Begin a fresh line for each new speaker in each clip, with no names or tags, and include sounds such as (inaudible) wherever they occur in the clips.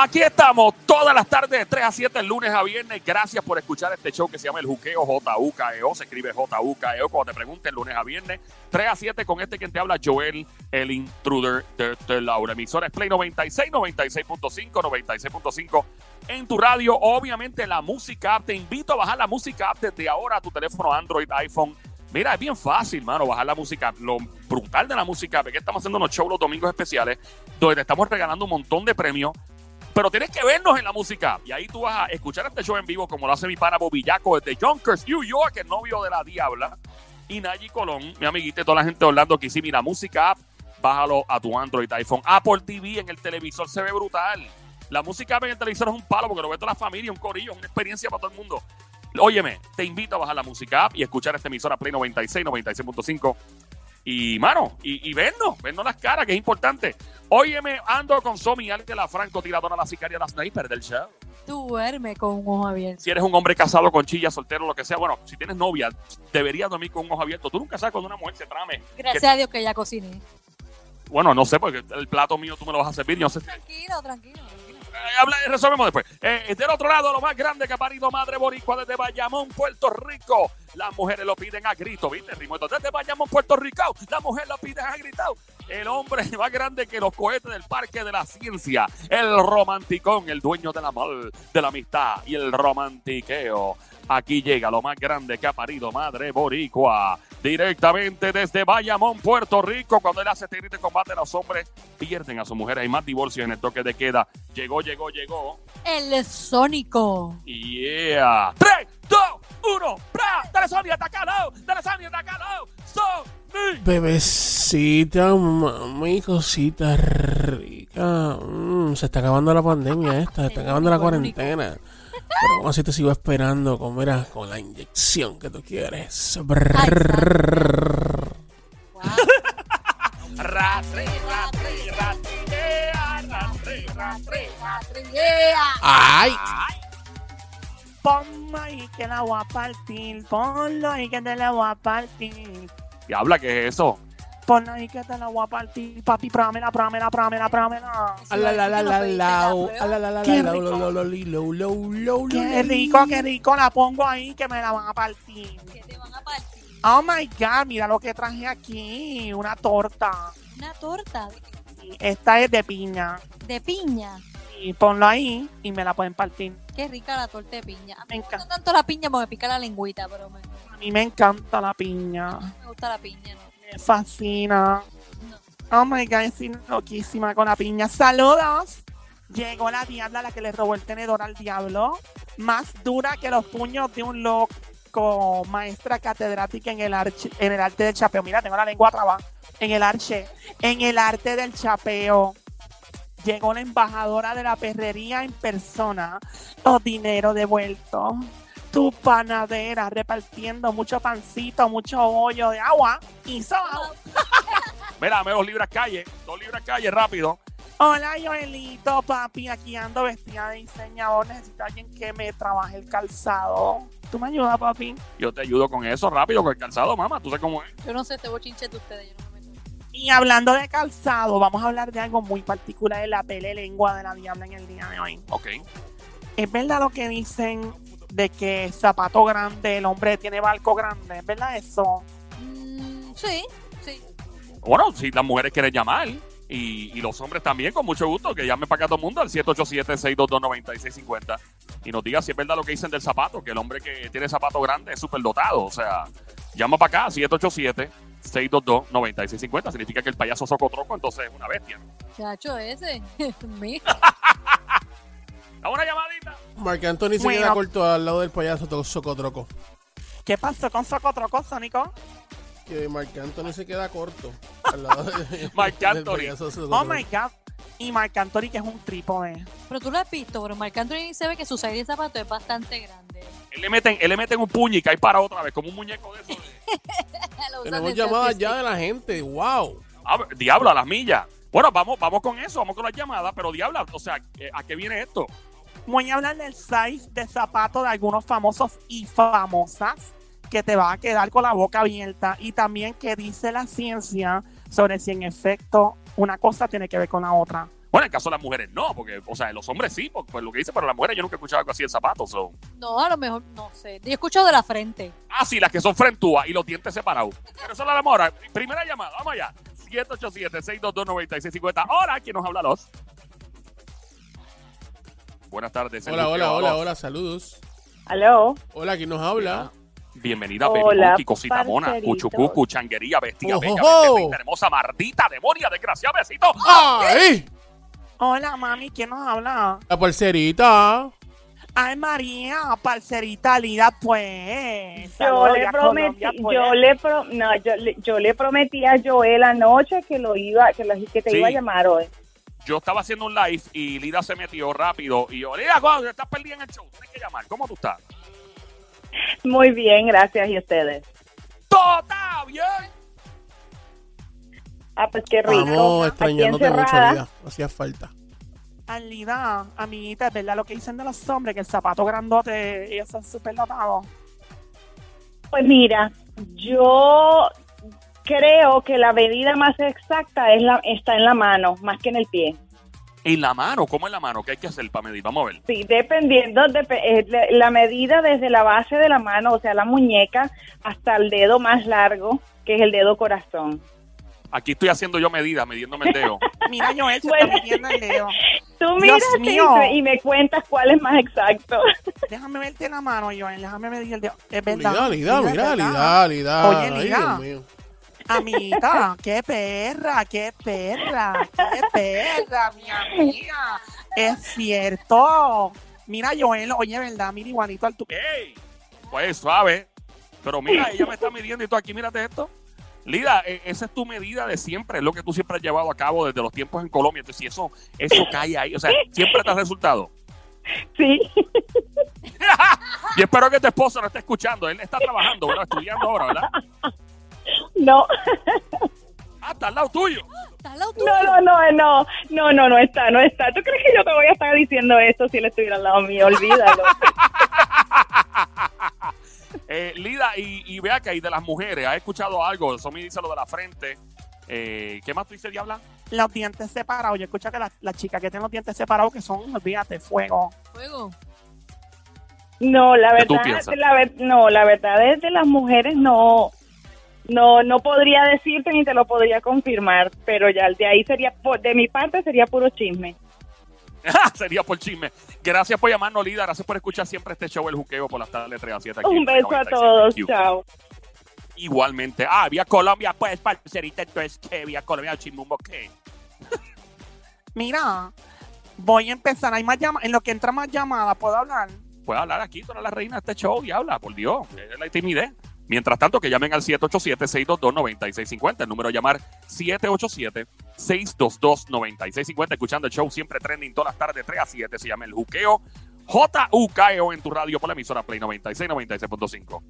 Aquí estamos todas las tardes de 3 a 7, el lunes a viernes. Gracias por escuchar este show que se llama El Juqueo JUKEO. E Se escribe JUKEO E cuando te pregunten lunes a viernes. 3 a 7 con este quien te habla, Joel, el intruder de, de Laura. Emisora es Play 96, 96.5, 96.5 en tu radio. Obviamente la música app. Te invito a bajar la música app desde ahora a tu teléfono Android, iPhone. Mira, es bien fácil, mano, bajar la música. Lo brutal de la música es que estamos haciendo unos shows los domingos especiales donde te estamos regalando un montón de premios pero tienes que vernos en la música. Y ahí tú vas a escuchar este show en vivo, como lo hace mi pana Bobillaco desde Yonkers, New York, el novio de la Diabla. Y Nayi Colón, mi amiguita y toda la gente de Orlando que sí, mira, música app, bájalo a tu Android, iPhone, Apple TV, en el televisor se ve brutal. La música app en el televisor es un palo porque lo ve toda la familia, un corillo, es una experiencia para todo el mundo. Óyeme, te invito a bajar la música app y escuchar esta emisora Play 96, 96.5 y mano, y, y vernos, vernos las caras, que es importante. Óyeme, ando con Somi, alguien la franco, tiradora, la sicaria, la sniper del show.
Tú duerme con un ojo abierto.
Si eres un hombre casado con chilla, soltero, lo que sea, bueno, si tienes novia, deberías dormir con un ojo abierto. Tú nunca sabes cuando una mujer se trame.
Gracias
que-
a Dios que ya cociné.
bueno, no sé, porque el plato mío tú me lo vas a servir, yo no sé.
Tranquilo, tranquilo. tranquilo.
Eh, habla- resolvemos después. Eh, del otro lado, lo más grande que ha parido Madre Boricua desde Bayamón, Puerto Rico. Las mujeres lo piden a grito, ¿viste? Rimueto? Desde Bayamón, Puerto Rico, la mujer lo piden a grito. El hombre (laughs) más grande que los cohetes del Parque de la Ciencia. El romanticón, el dueño del amor, de la amistad y el romantiqueo. Aquí llega lo más grande que ha parido Madre Boricua. Directamente desde Bayamón, Puerto Rico. Cuando él hace este grito de combate, los hombres pierden a sus mujeres. Hay más divorcios en el toque de queda. Llegó, llegó, llegó.
El Sónico.
Yeah. 3, 2, 1. ¡Pra! Dale Sony, atacalo. Dale Sony, atacalo. Sony.
Bebecita, mami, cosita rica. Mm, se está acabando la pandemia esta, se está acabando la
único, el único.
cuarentena. Pero aún así te sigo esperando con, mira, con la inyección que tú quieres. Brrr.
Wow.
Ra, tri, ra, tri, ra, tri, yeah. Ra, tri, ra, tri.
Ah,
Yeah.
¡Ay!
Ponlo y que la voy a partir. Ponlo y que te la voy a partir.
Diabla, ¿qué es eso?
Ponlo y que te la voy a partir. Papi, prámela, prámela, prámela, prámela.
Ala, Ah, la, la, la, la, o, ala, la, la, la,
Qué
la,
rico.
lo, lo, lo, li, lo, lo, lo, lo,
Qué
li.
rico, qué rico. La pongo ahí que me la van a partir.
Que te van a partir
Oh my God, mira lo que traje aquí. Una torta.
una torta de, qué?
Esta es de piña.
de piña.
Y ponlo ahí y me la pueden partir.
Qué rica la torta de piña. A mí
Me
me gusta
encanta.
tanto la piña porque me pica la lengüita, pero me,
A mí me encanta la piña.
me gusta la piña. ¿no?
Me fascina.
No.
Oh my God, estoy loquísima con la piña. Saludos. Llegó la diabla, la que le robó el tenedor al diablo. Más dura que los puños de un loco. Maestra catedrática en el, arche- en el arte del chapeo. Mira, tengo la lengua trabada. En el arche. En el arte del chapeo. Llegó la embajadora de la perrería en persona. Los dinero devuelto. Tu panadera repartiendo mucho pancito, mucho bollo de agua y soja.
Mira, dame dos libras calle. Dos libras calle, rápido.
Hola, Joelito, papi. Aquí ando vestida de diseñador. Necesito a alguien que me trabaje el calzado. ¿Tú me ayudas, papi?
Yo te ayudo con eso, rápido, con el calzado, mamá. Tú sabes cómo es.
Yo no sé este bochinche de ustedes. Yo no me meto.
Y hablando de calzado, vamos a hablar de algo muy particular de la pele lengua de la diabla en el día de hoy.
Ok.
¿Es verdad lo que dicen de que zapato grande, el hombre tiene barco grande? ¿Es verdad eso?
Mm, sí, sí.
Bueno, si las mujeres quieren llamar y, y los hombres también, con mucho gusto, que llamen para acá todo el mundo al 787-622-9650 y nos diga si es verdad lo que dicen del zapato, que el hombre que tiene zapato grande es súper dotado. O sea, llama para acá, 622-9650. Significa que el payaso Socotroco entonces es una bestia.
Chacho ese. (laughs) Mijo.
Dame una llamadita.
Marc Anthony se
Bueno.
queda corto al lado del payaso to- Socotroco.
¿Qué pasó con Socotroco, Sónico?
Que Marc Anthony se queda corto al lado de-
Marc
del
Anthony.
payaso Socotroco.
Oh my God. Y Marc Anthony, que es un trípode.
Pero tú lo has visto, pero Marc Anthony se ve que su size de zapato es bastante grande.
Él le meten, él le meten un puño y cae para otra vez, como un muñeco de eso.
Lo usan
Tenemos
de
llamadas
selfie
ya
stick.
de la gente. ¡Wow!
diablo, a Ah, las millas. Bueno, vamos, vamos con eso, vamos con las llamadas, pero diabla, o sea, eh, ¿a qué viene esto?
Voy a hablar del size de zapato de algunos famosos y famosas que te va a quedar con la boca abierta y también qué dice la ciencia sobre si en efecto una cosa tiene que ver con la otra.
Bueno, en el caso de las mujeres no, porque, o sea, los hombres sí, por, por lo que dice, pero las mujeres yo nunca he escuchado algo así de zapatos. so.
No, a lo mejor, no sé. Yo he escuchado de la frente.
Ah, sí, las que son frentúas y los dientes separados. Pero eso es la demora. Primera llamada, vamos allá. 787-622-9650. Hola, ¿quién nos habla los? Buenas tardes. el
Hola,
Luqueo
hola,
a
hola,
los.
hola, saludos.
Aló.
Hola, ¿quién nos habla?
Bienvenida, Baby
Hola,
Monkey, Cosita Mona,
parceritos.
Cuchucucu, Changuería, Bestia,
Ojo,
Bella,
ojo.
bella, linda, hermosa, mardita, demonia, desgraciada, besito.
¡Ay!
Hola, mami, ¿quién nos habla?
La parcerita.
Ay, María, parcerita linda, pues.
Yo
Saludos
le,
a
prometí,
Colombia, pues.
yo, le pro- no, yo, le- yo le prometí a Joel anoche que lo iba, que, lo- que te
Sí.
iba a llamar hoy.
Yo estaba haciendo un live y Lida se metió rápido y yo, Lida, guau, estás perdida en el show, tienes que llamar, ¿cómo tú estás?
Muy bien, gracias. ¿Y ustedes?
¡Todo está bien!
Ah, pues qué rico.
Vamos
Aquí
extrañándote mucho,
encerrada.
vida. Hacía falta.
Ay, linda, amiguita, es verdad lo que dicen de los hombres, que el zapato grandote, ellos son súper dotados.
Pues mira, yo creo que la medida más exacta es la, está en la mano, más que en el pie.
En la mano, ¿cómo en la mano? ¿Qué hay que hacer para medir? Vamos a ver.
Sí, dependiendo de la medida desde la base de la mano, o sea, la muñeca, hasta el dedo más largo, que es el dedo corazón.
Aquí estoy haciendo yo medidas, midiéndome el dedo.
Mira, yo se
Bueno.
está metiendo el dedo.
Tú
Dios
miras
mío.
y me cuentas cuál es más exacto. (laughs)
Déjame verte la mano, Joel. Déjame medir el dedo. Es verdad.
Lida, Lida, mira,
Mira, es verdad.
Lida, Lida.
Oye,
Ay,
Lida.
Dios mío.
Amiguita, qué perra, qué perra, qué perra, mi amiga. Es cierto. Mira, Joel, oye, ¿verdad? Mira, igualito al tu.
¡Ey! Pues suave. Pero mira, ella me está midiendo y tú aquí, mírate esto. Lida, eh, esa es tu medida de siempre, es lo que tú siempre has llevado a cabo desde los tiempos en Colombia. Entonces, si eso, eso cae ahí, o sea, siempre te ha resultado.
Sí,
Y espero que tu esposo no esté escuchando, él está trabajando, ¿verdad? Estudiando ahora, ¿verdad?
no,
Ah, está al lado tuyo.
Está al lado tuyo.
no, no, no, no, no, no, no está, no está. ¿Tú crees que yo te voy a estar diciendo esto si él estuviera al lado
(laughs)
mío? Olvídalo.
Eh, Lida, y, y vea que hay de las mujeres, ¿has escuchado algo? Eso me dice lo de la frente. Eh, ¿Qué más tú dices, Diabla? (laughs)
Los dientes separados. Yo escucho que las las chicas que tienen los dientes separados, que son, olvídate, fuego.
Fuego.
No, la
¿Qué tú
verdad,
piensas?
la ver- no, la verdad es de las mujeres no, no, no podría decirte ni te lo podría confirmar, pero ya de ahí sería, por- de mi parte sería puro chisme.
Ah, Sería por chisme. Gracias por llamarnos, Lida. Gracias por escuchar siempre este show, El Juqueo, por las tardes 3 a 7. aquí en
Un beso a
96.
todos,
Thank you.
chao.
Igualmente. Ah, vía Colombia, pues, parcerita, entonces, ¿qué? Vía Colombia, chimumbo, ¿qué?
Mira, voy a empezar. Hay más llamadas. En lo que entra más llamadas, ¿puedo hablar?
Puedes hablar aquí, tú eres la reina de este show y habla, por Dios. Es la intimidez. Mientras tanto, que llamen al 787-622-9650. El número a llamar 787-622-9650. Escuchando el show siempre trending todas las tardes 3 a 7. Se llama El Juqueo. J-U-K-E-O E en tu radio por la emisora Play 96, 96.5.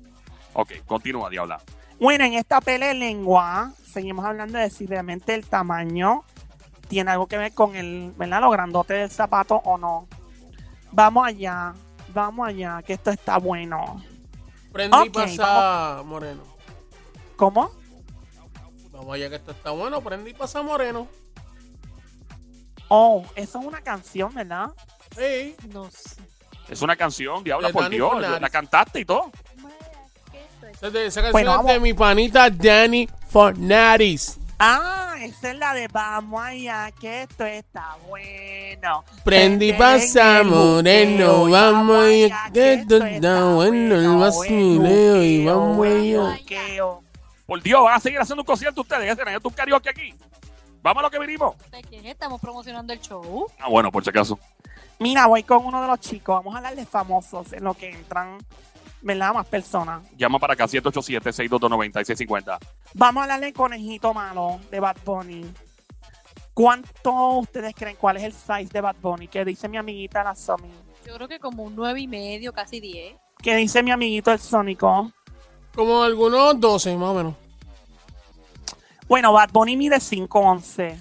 Ok, continúa, Diabla.
Bueno, en esta pelea de lengua, seguimos hablando de si realmente el tamaño tiene algo que ver con el, ¿verdad? Lo grandote del zapato o no. Vamos allá, vamos allá, que esto está bueno.
Prende y
Ok,
pasa Moreno.
¿Cómo?
Vamos allá que esto está bueno. Prende y pasa Moreno.
Oh, eso es una canción, ¿verdad?
Sí.
No sé.
Es una canción, Diabla,
De
por
Dani
Dios.
Fornaris.
La cantaste y todo.
Maya, ¿qué es eso?
Esa es de- esa
Bueno,
canción es de
vamos.
mi panita Danny Fornaris.
Ah, esa es la de Vamos allá, que esto está bueno.
Prende y
Ven,
pasa
ven, ven,
Moreno.
juqueo,
Vamos allá
allá,
que
que
esto está bueno. El
ven,
basileo y
juqueo,
vamos allá.
juqueo.
Por Dios, van a seguir haciendo un concierto ustedes. ¿Qué serán? ¿Es un karaoke aquí? Vamos a lo que vinimos.
¿De quién estamos promocionando el show?
Ah, bueno, por si acaso.
Mira, voy con uno de los chicos. Vamos a hablar de famosos en lo que entran, ¿verdad? Más personas.
Llama para acá, 787-622-9650.
Vamos a hablar del conejito malo de Bad Bunny. ¿Cuánto ustedes creen? ¿Cuál es el size de Bad Bunny? Que dice mi amiguita la Somi.
Yo creo que como un nueve y medio, casi 10.
Que dice mi amiguito el Sónico.
Como algunos 12, más o menos.
Bueno, Bad Bunny mide 5'11.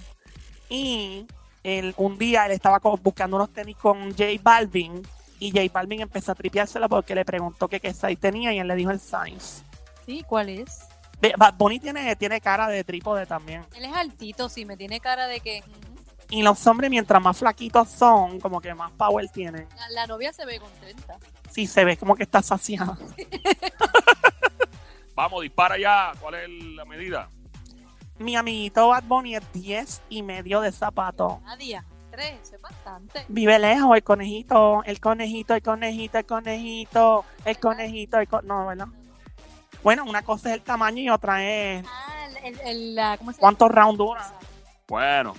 Y él, un día él estaba co- buscando unos tenis con J Balvin. Y J Balvin empezó a tripeársela porque le preguntó que qué size tenía y él le dijo el size.
Sí, ¿cuál es?
Ve, Bad Bunny tiene, tiene cara de trípode también.
Él es altito, sí, me tiene cara de que mm,
Y los hombres, mientras más flaquitos son, como que más power tienen.
la, la novia se ve contenta.
Sí, se ve como que está saciada.
Vamos, dispara ya. ¿Cuál es la medida?
(laughs) Mi amiguito Bad Bunny es 10 y medio de zapato.
Nadia, tres, eso es bastante.
Vive lejos el conejito, el conejito, el conejito, el conejito, el conejito, el co- No, ¿verdad? Bueno, una cosa es el tamaño y otra es
Ah, el, el- el- la- ¿cómo se llama?
cuántos rounds dura.
Bueno.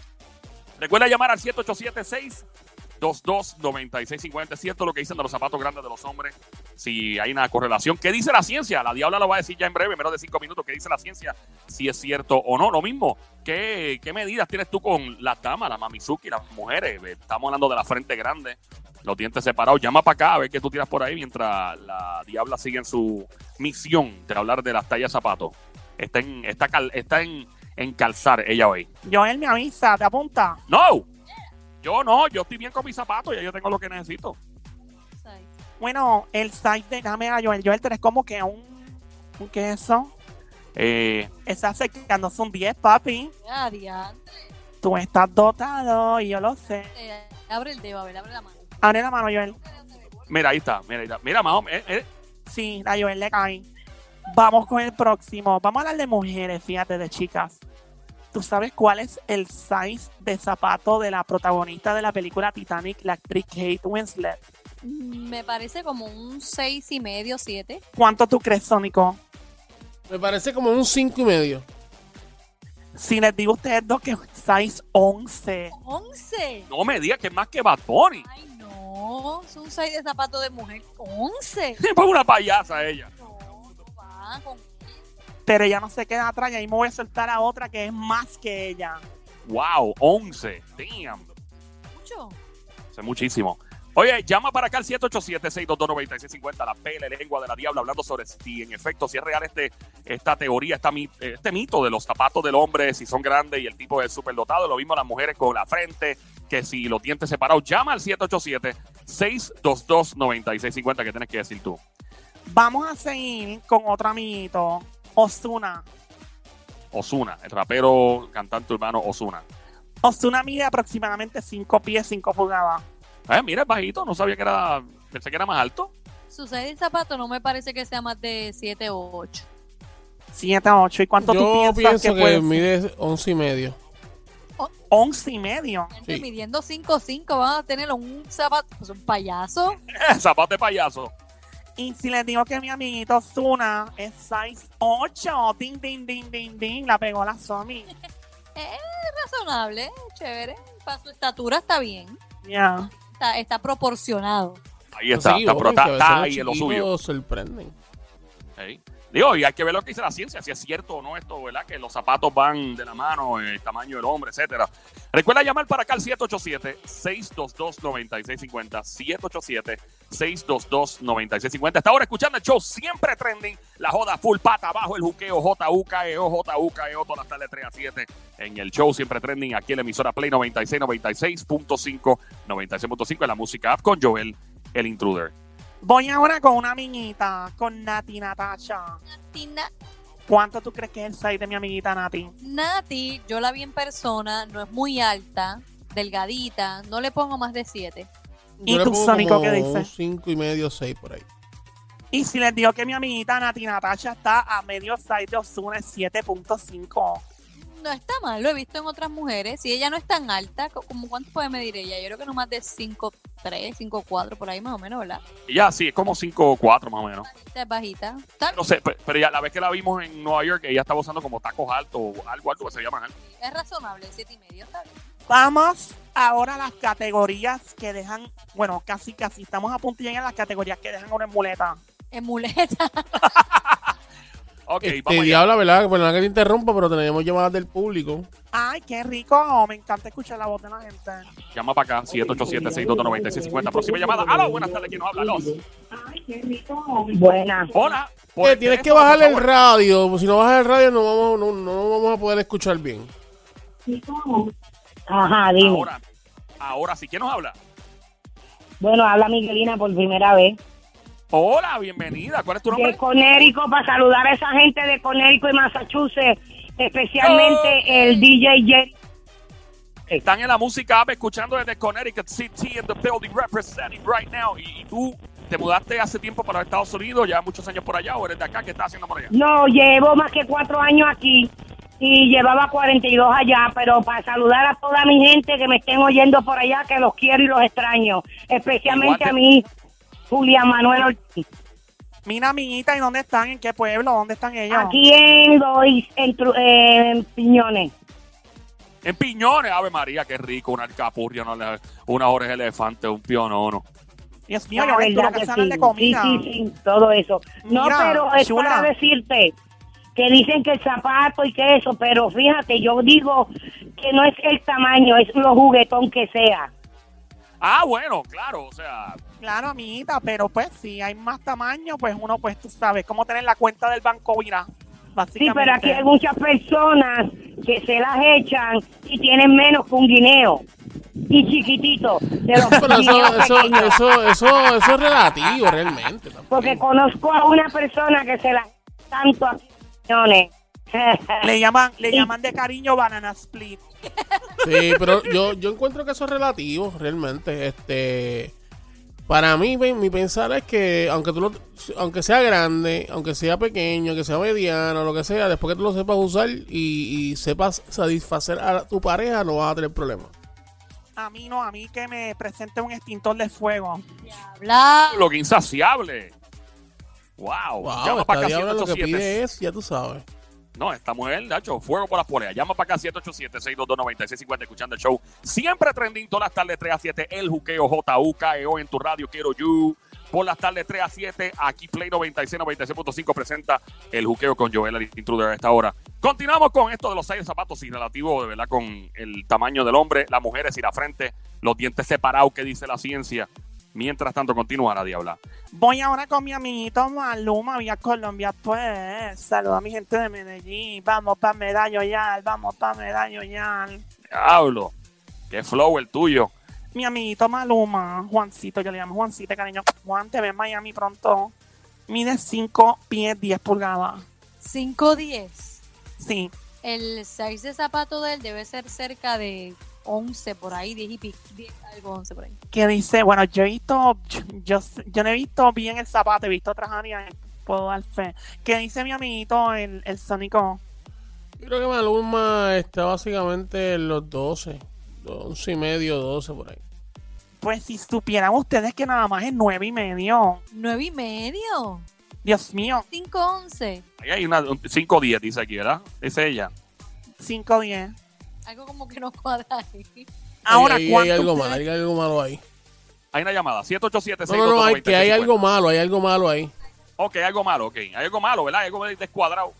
Recuerda llamar al 787-622-9650. Es cierto lo que dicen de los zapatos grandes de los hombres. Si hay una correlación. ¿Qué dice la ciencia? La diabla lo va a decir ya en breve, menos de cinco minutos. ¿Qué dice la ciencia? Si es cierto o no. Lo mismo. ¿Qué, qué medidas tienes tú con las damas, las mamizuki, las mujeres? Estamos hablando de la frente grande, los dientes separados. Llama para acá a ver qué tú tiras por ahí mientras la diabla sigue en su misión de hablar de las tallas de zapatos. Está en, está cal- está en, en calzar ella hoy.
Joel me avisa, te apunta.
No. Yo no, yo estoy bien con mis zapatos, ya yo tengo lo que necesito.
Size.
Bueno, el size de dame a Joel. Joel, tú eres como que un. un queso.
Eh,
Está acercándose un 10, papi.
Ah, diantre.
Tú estás dotado y yo lo sé.
Eh, abre el dedo, a ver, abre la mano.
Abre la mano, Joel.
mira, ahí está, mira, ahí está. Mira, más o menos, eh, eh,
Sí, a Joel le cae. Vamos con el próximo. Vamos a hablar de mujeres, fíjate, de chicas. ¿Tú sabes cuál es el size de zapato de la protagonista de la película Titanic, la actriz Kate Winslet?
Mm, Me parece como un seis y medio, siete.
¿Cuánto tú crees, Sónico?
Me parece como un 5 y medio.
Si les digo a ustedes dos que es size 11.
¡Once!
no me digas que es más que Bad Bunny.
Ay, no, es un size de zapato de mujer. ¡Once!
Es Pues una payasa ella.
No, no va con...
Pero ella no se queda atrás y ahí me voy a soltar a otra que es más que ella.
Wow, 11. Damn,
Mucho.
eso es muchísimo. Oye, llama para acá al 787-622-9650, la pele lengua de la diabla, hablando sobre si en efecto, si es real este, esta teoría, esta mi- eh, este mito de los zapatos del hombre, si son grandes y el tipo es superdotado. Lo mismo las mujeres con la frente, que si los dientes separados. Llama al 787-622-9650, que tienes que decir tú.
Vamos a seguir con otro amiguito, Osuna.
Osuna, el rapero, cantante urbano Osuna.
Osuna mide aproximadamente 5 pies, 5 pulgadas.
Eh, mira, es bajito, no sabía que era, pensé que era más alto. (laughs)
Su size de zapato no me parece que sea más de siete o ocho.
7 a 8. ¿Y cuánto tú
Yo
piensas
pienso
que puede
que,
ser?
mide 11 y medio.
11 y medio.
Gente,
Sí.
midiendo 5 o 5 van a tener un zapato, pues un payaso.
Zapato de payaso.
Y si les digo que mi amiguito Zuna es size 8, ding, ding, ding, ding, ding, la pegó la Somi.
Es razonable, chévere. Para su estatura está bien.
Ya.
Está, está proporcionado.
Ahí está,
Sí,
está,
obvio,
pero
que
está,
a
está
veces
ahí en
los
lo suyo.
chiquitos sorprenden.
Ey. Digo, y hay que ver lo que dice la ciencia, si es cierto o no esto, ¿verdad? Que los zapatos van de la mano, eh, el tamaño del hombre, etcétera. Recuerda llamar para acá al 787-622-9650. 787-622-9650. Hasta ahora escuchando el show siempre trending. La joda full pata abajo, el juqueo J-U-K-E-O, J-U-K-E-O, E todas las tardes 3 a 7. En el show siempre trending aquí en la emisora Play 96, 96.5, 96.5 en la música app con Joel, el intruder.
Voy ahora con una amiguita, con Nati Natasha.
Nati, na-
¿Cuánto tú crees que es el size de mi amiguita Nati?
Nati, yo la vi en persona, no es muy alta, delgadita, no le pongo más de 7.
¿Y
Yo le
tú,
pongo
Sónico,
como
qué dices?
Un 5 y medio, 6 por ahí.
Y si les digo que mi amiguita Nati Natasha está a medio size de Osuna es 7.5.
no está mal, lo he visto en otras mujeres. Si ella no es tan alta, co- como ¿cuánto puede medir ella? Yo creo que no más de 5'3, 5'4, por ahí más o menos, ¿verdad?
Ya, sí, es como 5 o 4 más o menos.
Ella es bajita. Está-
No sé, pe- pero ya la vez que la vimos en Nueva York, ella estaba usando como tacos altos o algo alto que se llama alto.
es razonable, 7 y medio, está bien.
Vamos ahora a las categorías que dejan, bueno, casi casi estamos a punto de llegar a las categorías que dejan una en muleta.
En muleta. (laughs)
Ok,
Este,
vamos allá.
diabla, ¿verdad? Perdona que te interrumpa, pero tenemos llamadas del público.
Ay, qué rico, me encanta escuchar la voz de la gente.
Llama para acá, 787-622-9650. Próxima llamada. Aló, buenas tardes, ¿quién nos habla? Los.
Buenas.
Hola. Pues,
Eh, tienes que bajar el radio, pues si no bajas el radio no vamos, no, no vamos a poder escuchar bien.
Ajá, dime.
Ahora, ahora sí, ¿quién nos habla?
Bueno, habla Miguelina por primera vez.
Hola, bienvenida. ¿Cuál es tu
De
nombre?
Conérico, para saludar a esa gente de Conérico y Massachusetts, especialmente el DJ Jerry.
Están en la música app escuchando desde Connecticut City in the building representing right now. Y, y tú te mudaste hace tiempo para Estados Unidos, ya muchos años por allá, o eres de acá, ¿qué estás haciendo por allá?
No, llevo más que cuatro años aquí y llevaba 42 allá, pero para saludar a toda mi gente que me estén oyendo por allá, que los quiero y los extraño,
Igual
especialmente
te-
a mi hijo, Julián Manuel Ortiz.
Mira, amiguita, ¿y dónde están? ¿En qué pueblo? ¿Dónde están ellos?
Aquí en Lois, en, Tru- en Piñones.
En piñones, Ave María, qué rico, una alcapurria, una, oreja- una oreja de elefante, un pionono.
Dios mío,
La
yo ven tú lo
verdad
que
que
salen
sí.
de comida.
Sí, sí, sí, todo eso. No,
Mira,
pero es
chula.
para decirte que dicen que el zapato y que eso, pero fíjate, yo digo que no es el tamaño, es lo juguetón que sea.
Ah, bueno, claro, o sea,
Claro, amiguita, pero pues si hay más tamaño, pues uno, pues tú sabes cómo tener la cuenta del banco Vira.
Sí,
Básicamente.
pero aquí hay muchas personas que se las echan y tienen menos que un guineo. Y chiquitito, de los
(laughs) Pero eso,
guineos
eso,
pequeños.
eso, eso, eso es relativo realmente. también.
Porque conozco a una persona que se las tanto a
(laughs)
guineones. (laughs)
Le llaman, le
Sí.
llaman de cariño banana split.
Sí, pero yo, yo encuentro que eso es relativo, realmente. Este, para mí, mi mi pensar es que aunque tú lo- aunque sea grande, aunque sea pequeño, que sea mediano, lo que sea, después que tú lo sepas usar y, y sepas satisfacer a tu pareja, no vas a tener problemas.
A mí no, a mí que me presente un extintor de fuego.
Habla.
lo que insaciable. Wow,
Wow,
llama para acá
esta diabla lo que
787.
pide es, ya tú sabes.
No, esta mujer, Nacho, fuego por las poleas. Llama para acá 787-622-9650, escuchando el show. Siempre trending todas las tardes 3 a 7, el juqueo JUKEO E en tu radio, quiero you. Por las tardes 3 a 7, aquí Play 96, 96.5 presenta el juqueo con Joel, el intruder a esta hora. Continuamos con esto de los seis zapatos y relativo, de verdad, con el tamaño del hombre, las mujeres y la frente, los dientes separados que dice la ciencia. Mientras tanto, continúa la diabla.
Voy ahora con mi amiguito Maluma, vía Colombia, pues. Saluda a mi gente de Medellín. Vamos pa' medalloyal, vamos pa' medalloyal.
Diablo, qué flow el tuyo.
Mi amiguito Maluma, Juancito, yo le llamo Juancito, cariño. Juan, te ve en Miami pronto. Mide 5 pies 10 pulgadas.
5'10.
Sí,
El size de zapato de él debe ser cerca de 11 por ahí, 10 y pico, 10, algo 11 por ahí.
que dice, bueno, yo he visto, yo, yo, sé- yo no he visto bien el zapato, he visto otras áreas, puedo dar fe. Que dice mi amiguito el, el Sónico,
Yo creo que Maluma está básicamente en los 12, 11 y medio, 12 por ahí.
pues si supieran ustedes que nada más es nueve y medio.
9 y medio.
Dios mío,
5'11.
Ahí hay una, un 5-10, dice aquí, ¿verdad? Es ella.
5 10.
Algo como que no cuadra ahí.
Ahora,
Ahí- ahí hay
¿cuánto
algo
ustedes-
malo, hay algo malo ahí.
Hay una llamada, 787
No, no, no, hay, que hay algo malo, hay algo malo ahí.
Ok, hay algo malo, ok. Hay algo malo, ¿verdad? Hay algo descuadrado.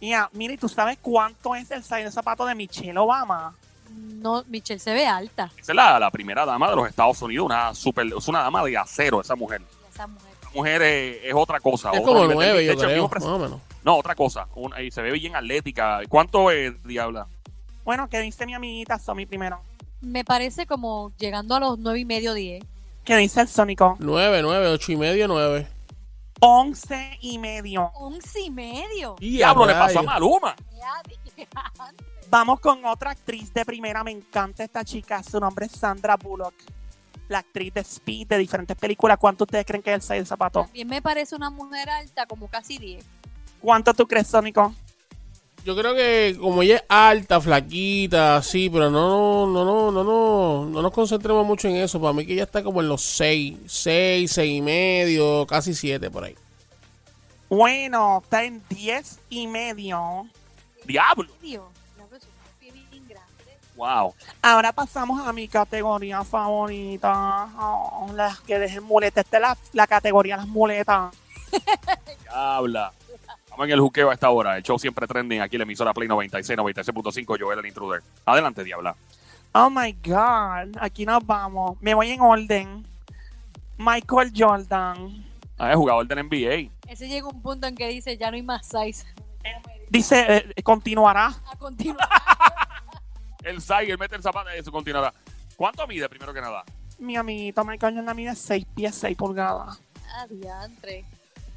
Ya, mira, ¿y tú sabes cuánto es el size de zapato de Michelle Obama?
No, Michelle se ve alta.
Esa es la, la primera dama de los Estados Unidos, una super, es una dama de acero, esa mujer.
Esa mujer.
Esa mujer es, es otra cosa.
Es
otro
como
nivel de- de
nueve, yo
hecho, el
creo,
mismo
más
pres-
o menos.
No, otra cosa. Una- y se ve bien atlética. ¿Cuánto es, diabla?
Ah,
Bueno, que dice mi amiguita Somi primero.
Me parece como llegando a los 9 y medio, 10.
Que dice el Sónico,
9, 9, 8 y medio, 9.
11 y medio.
11 y medio.
Diablo, le pasó a Maluma.
Ya, dije, (laughs) antes.
Vamos con otra actriz de primera. Me encanta esta chica. Su nombre es Sandra Bullock. La actriz de Speed de diferentes películas. ¿Cuánto ustedes creen que es el 6 de zapato?
También me parece una mujer alta, como casi 10.
¿Cuánto tú crees, Sónico?
Yo creo que como ella es alta, flaquita, así, pero no, no, no, no, no, no nos concentremos mucho en eso. Para mí que ella está como en los 6, 6, 6 y medio, casi 7 por ahí.
Bueno, está en 10 y medio.
Diablo.
Dios, no, pero es un pie bien grande.
Wow.
Ahora pasamos a mi categoría favorita. Oh, las que dejen muletas. Esta es la, la categoría las muletas.
Diabla. Estamos en el juqueo a esta hora. El show siempre trending aquí en la emisora Play 96, 96.5. Joel el intruder. Adelante, Diabla.
Oh my God. Aquí nos vamos. Me voy en orden. Michael Jordan.
Ah, es jugador del NBA.
Ese llega un punto en que dice, ya no hay más size.
Dice, eh, continuará.
(laughs) A continuar. (laughs)
El Sai, él mete el zapato y eso continuará. ¿Cuánto mide primero que nada?
Mi amiguito Michael Jordan mide 6 pies, 6 pulgadas.
Adiantre.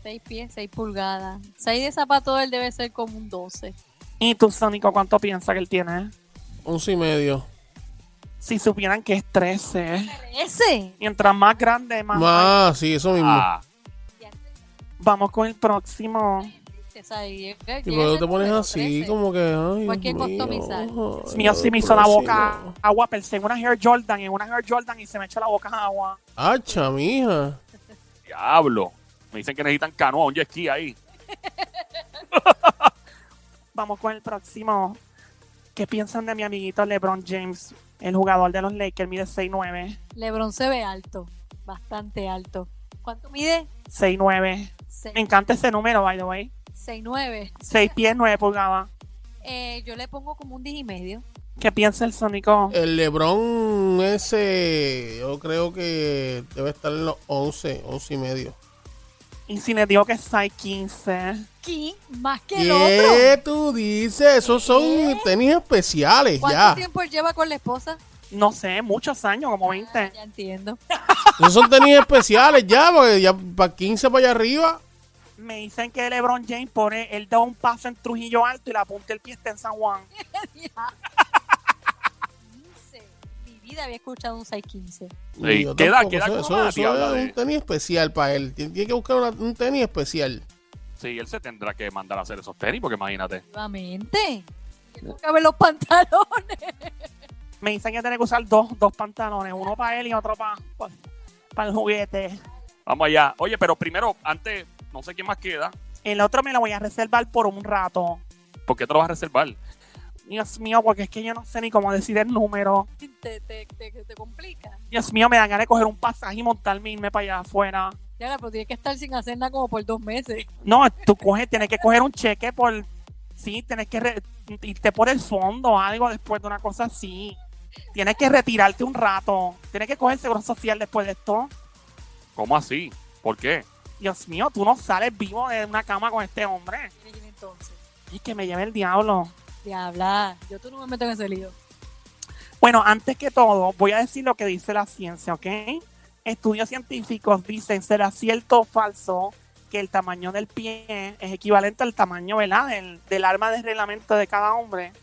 6 Ah, pies, 6 pulgadas. 6 de zapato él debe ser como un 12.
¿Y tú, Sónico, cuánto piensas que él tiene?
11 y medio.
Si supieran que es 13.
¿Ese?
Mientras más grande, más.
Más, sí, eso mismo.
Ah,
Vamos con el próximo.
y luego te pones así, como que. Ay,
Cualquier
Dios mío,
customizar.
ay,
Mío, si me hizo la
próximo.
boca agua, pensé en una Hair Jordan, en una Hair Jordan y se me echó la boca agua.
Hacha, mija.
diablo. Me dicen que necesitan canoa, un jet ski ahí.
Vamos con el próximo. ¿Qué piensan de mi amiguito LeBron James, el jugador de los Lakers? Mide 6'9.
Lebron se ve alto, bastante alto. ¿Cuánto mide?
6'9.
Se-
Me encanta ese número, by the way.
6'9".
6 pies, 9 pulgadas.
Eh, yo le pongo como un 10 y medio.
¿Qué piensa el Sónico?
El Lebron ese, yo creo que debe estar en los 11, 11 y medio.
Y si le digo que es 6'15.
¿Quién? ¿Más que el otro?
¿Qué tú dices? Esos son tenis especiales,
¿Cuánto
ya.
tiempo él lleva con la esposa?
No sé, muchos años, como 20.
Ah, ya entiendo.
Esos son tenis especiales, ya, porque ya para 15 para allá arriba.
Me dicen que LeBron James pone, él da un paso en Trujillo Alto y la punta del pie está en San Juan.
15. Mi vida había escuchado un 6'15".
Sí,
Y yo
queda-
tampoco,
queda
eso-
como
eso-
una
eso
diabla
es
de-
un tenis especial para él. Tiene, tiene que buscar una- un
(laughs)
tenis especial.
Sí, él se tendrá que mandar a hacer esos tenis, porque imagínate.
Efectivamente. Yo no cabe los pantalones. (laughs)
Me dicen que tiene que usar dos, dos pantalones, uno para él y otro para el juguete.
Vamos allá. Oye, pero primero, antes, no sé quién más queda,
El otro me lo voy a reservar por un rato.
¿por qué te lo vas a reservar?
Dios mío, porque es que yo no sé ni cómo decir el número.
Te, te, te, te complica.
Dios mío, me dan ganas de coger un pasaje y montarme e irme para allá afuera.
Ya, la, pero tienes que estar sin hacer nada como por dos meses.
No, tú coges, tienes que coger un cheque por... Sí, tienes que re- irte por el fondo o algo después de una cosa así. Tienes que retirarte un rato. Tienes que coger seguro social después de esto.
¿Cómo así? ¿Por qué?
Dios mío, tú no sales vivo de una cama con este hombre.
Miren, miren, Entonces,
Y que me lleve el diablo.
diabla, yo tú no me meto en ese lío.
Bueno, antes que todo, voy a decir lo que dice la ciencia, ¿ok? Estudios científicos dicen, ¿será cierto o falso que el tamaño del pie es equivalente al tamaño, ¿verdad?, del, del arma de reglamento de cada hombre.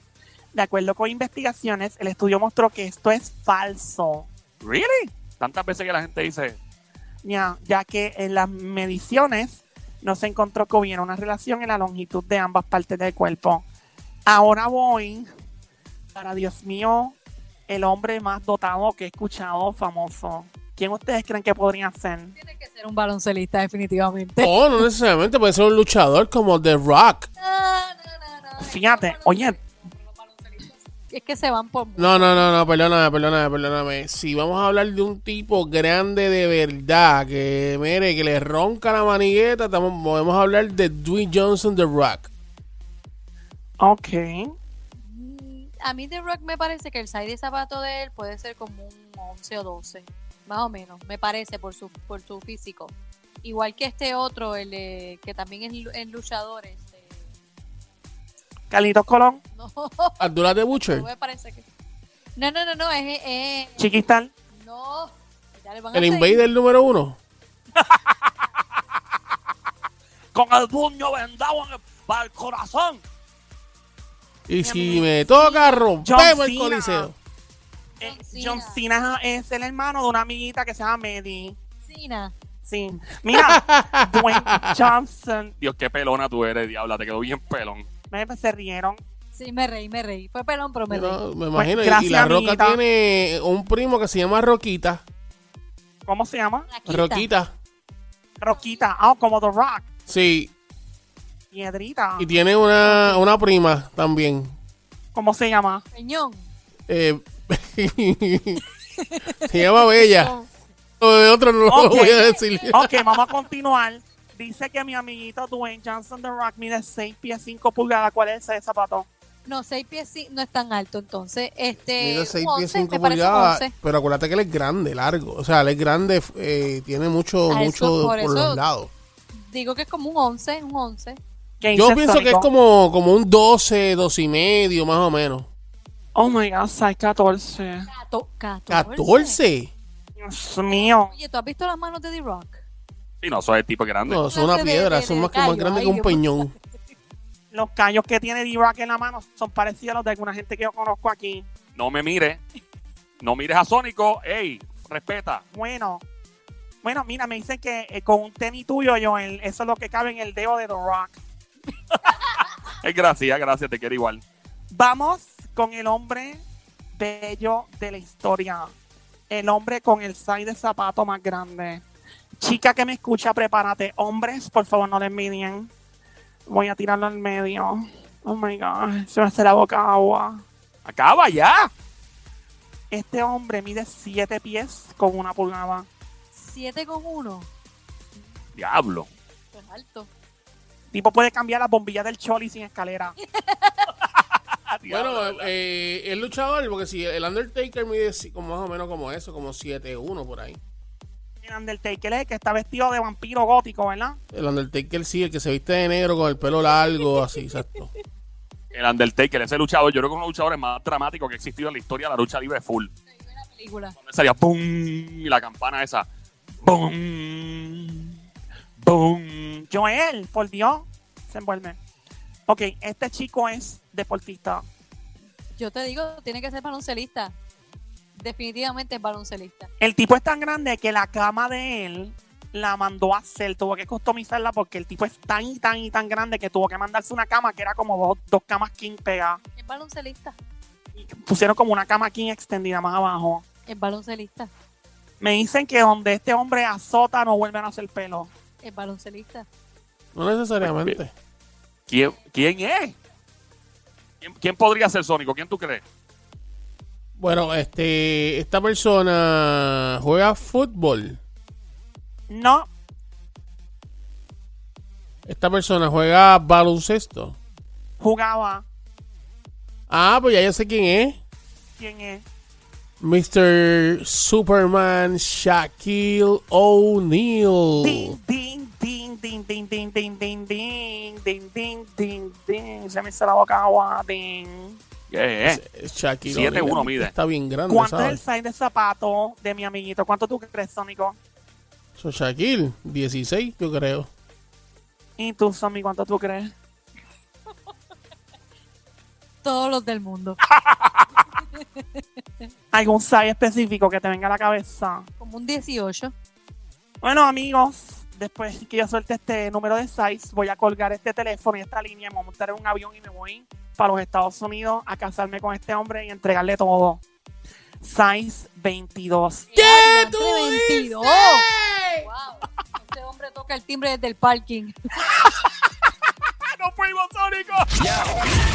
De acuerdo con investigaciones, el estudio mostró que esto es falso,
¿Really? Tantas veces que la gente dice,
ya, ya que en las mediciones no se encontró que hubiera una relación en la longitud de ambas partes del cuerpo. Ahora voy, para Dios mío, el hombre más dotado que he escuchado famoso. ¿Quién ustedes creen que podría ser?
Tiene que ser un baloncelista, definitivamente.
Oh, no necesariamente, puede ser un luchador como The Rock.
No, no, no, no.
Fíjate, oye.
Los baloncelistas Es que se van por.
No, no, no, no, perdóname, perdóname, perdóname. Si vamos a hablar de un tipo grande de verdad, que mire, que le ronca la manigueta, estamos, podemos hablar de Dwayne Johnson The Rock.
Ok.
Mm, A mí The Rock me parece que el size de zapato de él puede ser como un 11 o 12, más o menos, me parece por su por su físico. Igual que este otro, el de- que también es, lu- es luchador, este, (laughs)
Carlitos Colón,
no,
Abdullah The Butcher,
no me parece que No, no, no, no, es, es- es-
Chiquistal,
no, ya le van a
el
seguir.
invader número uno.
(laughs) con el puño vendado en el- para el corazón.
Y si me toca, rompemos el
Cena.
coliseo.
eh,
John
John Cena es el hermano de una amiguita que se llama Medi.
Cena.
Sí. Mira, Dwayne Johnson
Dios, qué pelona tú eres, diabla, te quedó bien pelón.
Me, me- se rieron.
Sí, me reí, me reí. Fue pelón, pero me reí.
No, me imagino. y- y,
gracias,
la Roca
amiguita.
tiene un primo que se llama Roquita.
¿Cómo se llama?
Raquita.
Roquita.
Roquita. Ah, como The Rock.
Sí.
Piedrita.
Y tiene una, una prima también.
¿Cómo
(laughs)
se llama?
Peñón.
Eh, (laughs) se llama Bella. Lo de otro no lo
Ok.
voy a decir.
Ok, vamos a continuar. Dice que mi amiguito Dwayne Johnson The Rock mide 6 pies 5 pulgadas. ¿Cuál es ese zapato?
No, seis pies sí, no es tan alto, entonces. Este,
Mide seis
un
pies,
once,
cinco
me parece un
pulgadas.
once.
Pero acuérdate que él es grande, largo. O sea, él es grande, eh, tiene mucho,
Ah, eso,
mucho
por
por,
eso-
los lados.
Digo que es como un 11, un 11.
¿Qué
Yo
dice
pienso
Sónico?
que es como, como un 12, 12 y medio, más o menos.
Oh my god, 6, 14.
14.
14.
Dios mío.
Oye, ¿tú has visto las manos de D-Rock?
Sí, no, eso es el tipo grande.
No, son una
clase de-
piedra,
de-
son
de
más, que- más
callo,
grandes
ay,
que un
Dios.
peñón.
Los callos que tiene D-Rock en la mano son parecidos a los de alguna gente que yo conozco aquí.
No me mires. No mires a Sónico. Ey, respeta.
Bueno. Bueno, mira, me dicen que eh, con un tenis tuyo, Joel, eso es lo que cabe en el dedo de The Rock.
Es gracias, gracias, te quiero igual.
Vamos con el hombre bello de la historia. El hombre con el size de zapato más grande. Chica que me escucha, prepárate. Hombres, por favor, no le envidien. Voy a tirarlo al medio. Oh my God, se me hace la boca agua.
Acaba ya.
Este hombre mide 7 pies con una pulgada.
7 con 1.
Diablo.
Es alto.
Tipo puede cambiar las bombillas del choli sin
(laughs)
escalera. (laughs)
Bueno, eh, el luchador, porque si el Undertaker mide si- como más o menos como eso, como 7-1 por ahí.
El Undertaker es el que está vestido de vampiro gótico, ¿verdad?
El Undertaker sí, el que se viste de negro con el pelo largo, así, exacto.
El Undertaker, ese luchador, yo creo que es uno de los luchadores más dramáticos que ha existido en la historia de la lucha libre full.
La película.
Cuando salía ¡pum! y la campana esa. ¡Bum! ¡Bum!
Joel, por Dios, se envuelve. Ok, este chico es deportista.
Yo te digo, tiene que ser baloncelista. Definitivamente es baloncelista.
El tipo es tan grande que la cama de él la mandó a hacer, tuvo que customizarla porque el tipo es tan y tan y tan grande que tuvo que mandarse una cama que era como dos, dos camas king pegadas.
Es baloncelista.
Y pusieron como una cama king extendida más abajo.
Es baloncelista.
Me dicen que donde este hombre azota no vuelven a hacer pelo.
Es baloncelista.
No necesariamente.
¿Quién, quién es? ¿Quién, quién podría ser Sónico? ¿Quién tú crees?
Bueno, este, esta persona juega fútbol.
No,
Esta persona juega baloncesto.
jugaba.
Ah, pues ya yo sé quién es.
¿Quién es?
Mr. Superman Shaquille O'Neal.
Ding, ding, ding, ding, ding, ding, ding, ding, ding, ding, ding, ding, ding. Se me hizo la boca agua. Ding.
¿Qué es?
Shaquille
7'1
O'Neal.
mide.
Está bien grande,
¿Cuánto es el
¿sabes?
size de zapato de mi amiguito? ¿Cuánto tú crees, Sónico?
So, Shaquille, 16, yo creo.
¿Y tú, Sónico, cuánto tú crees?
Todos los del mundo.
¿Algún size específico que te venga a la cabeza?
Como un 18.
Bueno, amigos, después que yo suelte este número de size, voy a colgar este teléfono y esta línea. Me voy a montar en un avión y me voy para los Estados Unidos a casarme con este hombre y entregarle todo. Size 22.
¿Qué? Entre 22. Wow. Este hombre toca el timbre desde el parking.
¡No fuimos, Sónico!